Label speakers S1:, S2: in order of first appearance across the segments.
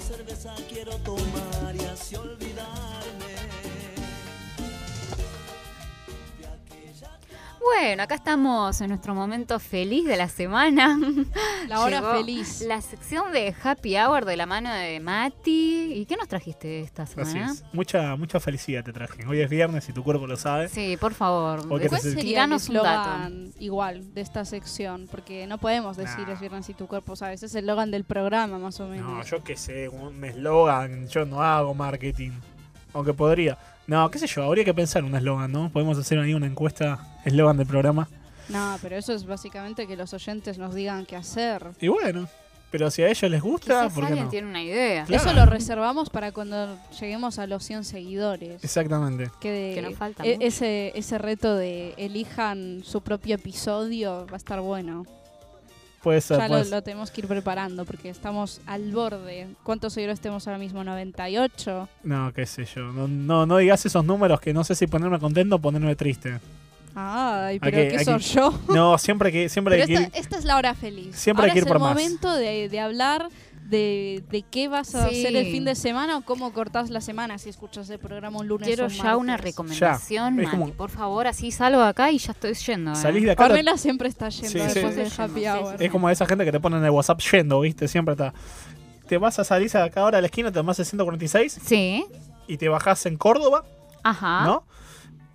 S1: cerveza quiero tomar y así olvidarme.
S2: Bueno, acá estamos en nuestro momento feliz de la semana.
S3: La hora
S2: Llegó
S3: feliz.
S2: La sección de Happy Hour de la mano de Mati. ¿Y qué nos trajiste esta
S4: Así
S2: semana?
S4: es. Mucha, mucha felicidad te traje. Hoy es viernes y tu cuerpo lo sabe.
S2: Sí, por favor.
S4: ¿O qué
S3: ¿Cuál
S4: te-
S3: sería
S2: Tiranos
S3: el
S2: un dato.
S3: eslogan igual de esta sección? Porque no podemos decir
S4: Nah.
S3: es viernes y tu cuerpo, ¿sabes? Es el eslogan del programa, más o menos.
S4: No, yo qué sé, un eslogan. Yo no hago marketing. Aunque podría. No, qué sé yo, habría que pensar un eslogan, ¿no? Podemos hacer ahí una encuesta, eslogan del programa.
S3: No, pero eso es básicamente que los oyentes nos digan qué hacer.
S4: Y bueno, pero si a ellos les gusta,
S2: Quizás
S4: ¿por qué
S2: alguien
S4: no?
S2: tiene una idea.
S4: Claro.
S3: Eso lo reservamos para cuando lleguemos a los 100 seguidores.
S4: Exactamente.
S3: que,
S2: Que nos falta
S3: e-
S2: mucho.
S3: ese, ese reto de elijan su propio episodio va a estar bueno.
S4: Puede ser,
S3: ya
S4: puede
S3: lo,
S4: ser.
S3: lo tenemos que ir preparando porque estamos al borde. ¿Cuántos seguidores tenemos ahora mismo? ¿98?
S4: No, qué sé yo. No, no, no digas esos números que no sé si ponerme contento o ponerme triste.
S3: Ay,
S4: Hay
S3: pero
S4: que-
S3: ¿qué
S4: hay
S3: soy
S4: que-
S3: yo?
S4: No, siempre hay que, siempre
S3: Pero
S4: hay que
S3: esta,
S4: ir-
S3: esta es la hora feliz.
S4: Siempre hay
S3: Ahora
S4: que ir
S3: es
S4: por
S3: el
S4: más.
S3: momento de, de hablar de, de qué vas a
S2: Sí.
S3: hacer el fin de semana o cómo cortás la semana si escuchas el programa un lunes o
S2: Quiero
S3: un
S2: ya una
S3: martes.
S2: recomendación,
S4: Ya. Es
S2: Mati.
S4: como-
S2: Por favor, así salgo acá y ya estoy yendo. ¿eh?
S4: salís de acá.
S3: Carmela siempre está yendo
S4: Sí, sí.
S3: después del
S2: Sí,
S3: happy
S2: sí,
S3: hour.
S2: sí.
S4: Es como esa gente que te pone en el WhatsApp yendo, ¿viste? Siempre está. Te vas a salir acá ahora a la esquina, te vas a 146
S2: Sí,
S4: y te bajás en Córdoba,
S2: ajá.
S4: ¿no?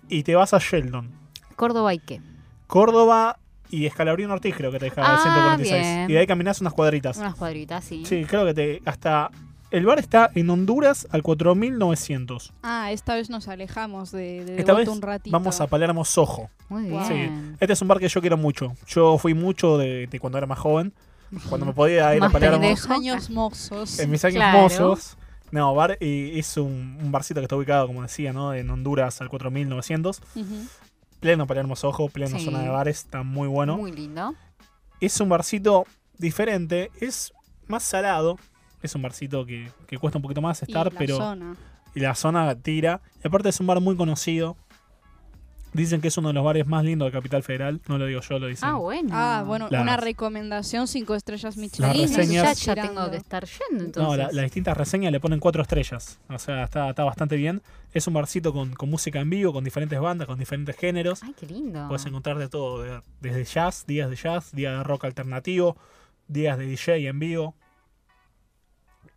S4: Y te vas a Sheldon.
S2: Córdoba y qué.
S4: Córdoba y Escalabrino Ortiz, creo que te dejaba el
S2: Ah,
S4: 146.
S2: bien. Ah,
S4: Y de ahí caminás unas cuadritas.
S2: Unas cuadritas, sí.
S4: Sí, creo que te. Hasta. El bar está en Honduras al 4900.
S3: Ah, esta vez nos alejamos de, de
S4: Esta
S3: Devoto
S4: vez
S3: un ratito.
S4: vamos a Palermo Sojo.
S2: Muy
S3: Wow.
S4: Sí.
S2: bien.
S4: Este es un bar que yo quiero mucho. Yo fui mucho de, de cuando era más joven. Cuando me podía ir a
S2: Más
S4: Palermo.
S2: pendejo.
S3: los años mozos.
S4: En mis años
S2: Claro.
S4: mozos. No, bar, y es un, un barcito que está ubicado, como decía, ¿no? En Honduras al 4900.
S3: Ujú.
S4: Pleno Palermo Sojo, pleno
S2: Sí.
S4: zona de bares, está muy bueno.
S2: Muy lindo.
S4: Es un barcito diferente, es más salado. Es un barcito que, que cuesta un poquito más
S3: Y
S4: estar,
S3: la
S4: pero
S3: zona.
S4: y la zona tira. Y aparte es un bar muy conocido. Dicen que es uno de los bares más lindos de Capital Federal. No lo digo yo, lo dicen.
S2: Ah, bueno.
S3: Ah, bueno,
S4: Las-
S3: una recomendación cinco estrellas Michelin.
S4: Las
S2: Sí,
S3: nos
S4: reseñas-
S2: Ya,
S3: está
S2: ya tengo
S3: tirando.
S2: que estar yendo, entonces.
S4: No, la- las distintas reseñas le ponen cuatro estrellas. O sea, está, está bastante bien. Es un barcito con, con música en vivo, con diferentes bandas, con diferentes géneros.
S2: Ay, qué lindo.
S4: Puedes encontrar de todo, de- desde jazz, días de jazz, días de rock alternativo, días de DJ en vivo.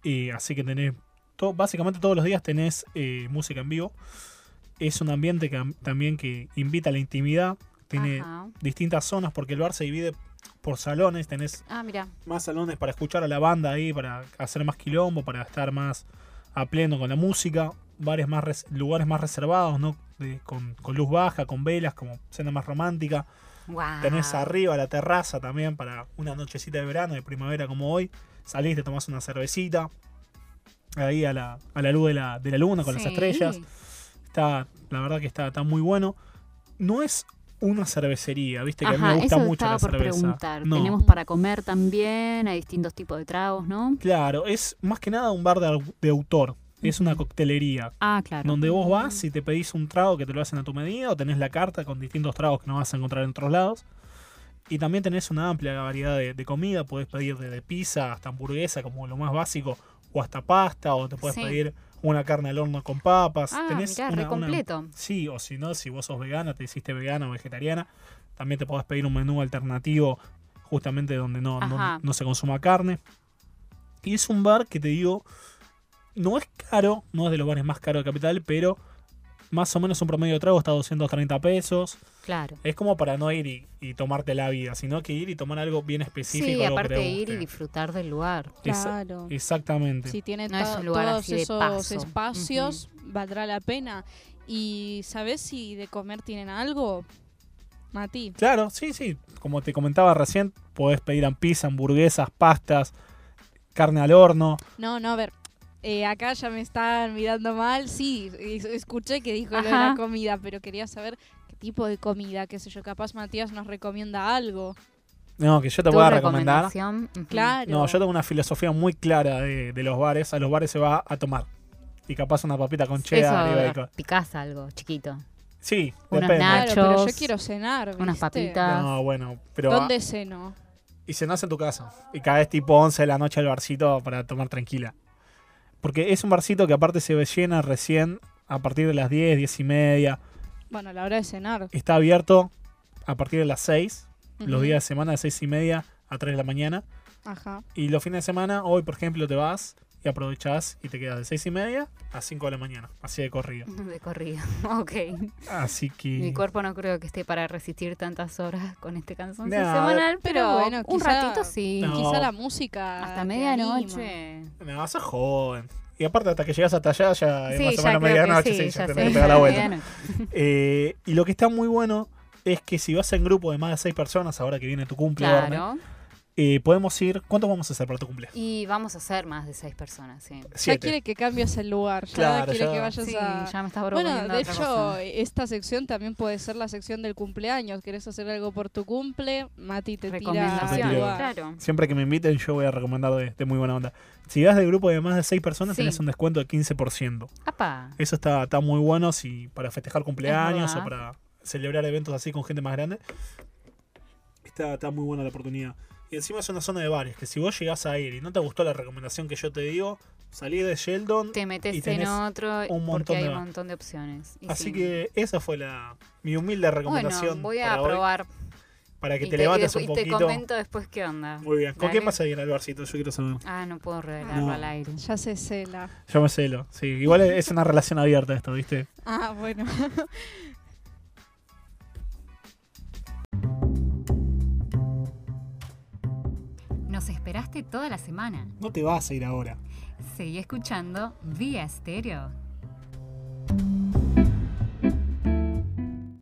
S4: Y así que tenés, todo, básicamente todos los días tenés eh, música en vivo. Es un ambiente que, am- también que invita a la intimidad. Tiene
S2: Ajá.
S4: distintas zonas porque el bar se divide por salones. Tenés
S2: Ah, mira.
S4: más salones para escuchar a la banda ahí, para hacer más quilombo, para estar más a pleno con la música, bares más res- lugares más reservados, ¿no? De- con, con luz baja, con velas, como cena más romántica.
S2: Wow.
S4: Tenés arriba la terraza también para una nochecita de verano, de primavera como hoy. Salís, te tomás una cervecita. Ahí a la, a la luz de la, de la luna, con
S2: Sí.
S4: las estrellas. Está, la verdad que está, está muy bueno. No es una cervecería, viste que a mí
S2: Ajá,
S4: me gusta
S2: eso
S4: mucho
S2: estaba
S4: la
S2: por
S4: cerveza.
S2: preguntar.
S4: No.
S2: Tenemos para comer también, hay distintos tipos de tragos, ¿no?
S4: Claro, es más que nada un bar de, au- de autor. Es una coctelería.
S2: Ah, claro.
S4: Donde vos vas y te pedís un trago que te lo hacen a tu medida o tenés la carta con distintos tragos que no vas a encontrar en otros lados. Y también tenés una amplia variedad de, de comida. Podés pedir desde pizza hasta hamburguesa como lo más básico o hasta pasta o te puedes
S2: Sí.
S4: pedir una carne al horno con papas.
S2: Ah,
S4: tenés
S2: mirá,
S4: una-
S2: re
S4: una-
S2: completo.
S4: Sí, o si no, si vos sos vegana, te hiciste vegana o vegetariana, también te podés pedir un menú alternativo justamente donde no, no,
S2: Ajá.
S4: no se consuma carne. Y es un bar que te digo, no es caro, no es de los bares más caros de Capital, pero más o menos un promedio de trago está a 230 pesos.
S2: Claro.
S4: Es como para no ir y, y tomarte la vida, sino que ir y tomar algo bien específico.
S2: Sí,
S4: algo que
S2: aparte
S4: te
S2: de ir y
S4: guste.
S2: disfrutar del lugar.
S4: Esa-
S3: Claro.
S4: Exactamente.
S3: Si tiene
S2: No es
S3: to-
S2: un lugar
S3: todos
S2: así de
S3: esos
S2: paso.
S3: espacios, valdrá la pena. ¿Y sabes si de comer tienen algo? Mati.
S4: Claro, sí, sí. Como te comentaba recién, podés pedir pizza, hamburguesas, pastas, carne al horno.
S3: No, no, a ver. eh, acá ya me están mirando mal. Sí, es- escuché que dijo lo de
S2: Ajá.
S3: la comida, pero quería saber qué tipo de comida, qué sé yo. Capaz Matías nos recomienda algo.
S4: Mm. No, que yo te
S2: ¿Tu
S4: voy a recomendar.
S2: recomendación? Ujú.
S3: Claro.
S4: No, yo tengo una filosofía muy clara de, de los bares. A los bares se va a tomar. Y capaz una papita con cheddar y
S2: Eso,
S4: bacon.
S2: picás algo, chiquito.
S4: Sí,
S2: Unos
S4: depende.
S3: Claro, pero yo
S2: Nachos,
S3: quiero cenar.
S2: Unas
S3: ¿viste?
S2: papitas.
S4: No, bueno, pero.
S3: ¿Dónde ceno?
S4: Y cenás en tu casa. Y cada vez tipo 11 de la noche al barcito para tomar tranquila. Porque es un barcito que aparte se llena recién a partir de las 10, 10 y media.
S3: Bueno, a la hora de cenar.
S4: Está abierto a partir de las 6, los
S3: Ujú.
S4: días de semana de 6 y media a 3 de la mañana.
S3: Ajá.
S4: Y los fines de semana, hoy por ejemplo, te vas y aprovechás y te quedas de 6 y media a 5 de la mañana, así de corrido.
S2: De corrido. Ok.
S4: Así que...
S2: Mi cuerpo no creo que esté para resistir tantas horas con este cansancio
S4: Nah,
S2: semanal, pero,
S3: pero bueno,
S2: un
S3: quizá-
S2: ratito sí.
S4: No.
S3: Quizá la música.
S2: Hasta
S3: te anima.
S2: medianoche.
S4: No, sos joven. Y aparte, hasta que llegas hasta allá, ya es
S2: Sí,
S4: más o
S2: ya creo
S4: menos medianoche,
S2: que sí,
S4: sí,
S2: ya
S4: ya tenés
S2: sé,
S4: que pegar la
S2: ya
S4: vuelta.
S2: medianoche.
S4: Eh, y lo que está muy bueno es que si vas en grupo de más de seis personas, ahora que viene tu cumple, Barney,
S2: Claro.
S4: eh, podemos ir. ¿Cuántos vamos a hacer para tu cumple?
S2: Y vamos a ser más de seis personas, sí.
S3: Ya
S4: Siete.
S3: quiere que cambies el lugar. Ya
S4: Claro,
S3: quiere
S4: ya.
S3: que vayas
S2: Sí,
S3: a.
S2: ya me estás
S3: Bueno,
S2: proponiendo
S3: de
S2: otra
S3: hecho,
S2: cosa.
S3: esta sección también puede ser la sección del cumpleaños. ¿Querés hacer algo por tu cumple? Mati te tira.
S4: Te
S2: Recomendaciones,
S4: tira.
S2: claro.
S4: Siempre que me inviten, yo voy a recomendar de, de muy buena onda. Si vas de grupo de más de seis personas,
S2: Sí.
S4: tenés un descuento de 15%.
S2: Apa.
S4: Eso está, está muy bueno si para festejar cumpleaños
S2: verdad.
S4: o para celebrar eventos así con gente más grande. Está, está muy buena la oportunidad. Y encima es una zona de bares, que si vos llegás a ir y no te gustó la recomendación que yo te digo, salí de Sheldon.
S2: Te metes en
S4: tenés
S2: otro
S4: un montón
S2: porque hay
S4: de
S2: un
S4: ba-
S2: montón de opciones. Y
S4: Así
S2: sí.
S4: que esa fue la mi humilde
S2: bueno,
S4: recomendación
S2: voy a
S4: para hoy,
S2: probar
S4: para que
S2: y
S4: te, levantes
S2: y
S4: un
S2: después- y
S4: poquito.
S2: te comento después qué onda.
S4: Muy bien. ¿Con
S2: Dale.
S4: qué vas a ir al barcito? Yo quiero saber.
S2: Ah, no puedo revelarlo
S4: No.
S2: al aire.
S3: Ya se cela.
S4: Yo me celo. Sí, igual es una relación abierta esto, ¿viste?
S3: Ah, bueno.
S2: Nos esperaste toda la semana.
S4: No te vas a ir ahora.
S2: Seguí escuchando Vía Estéreo.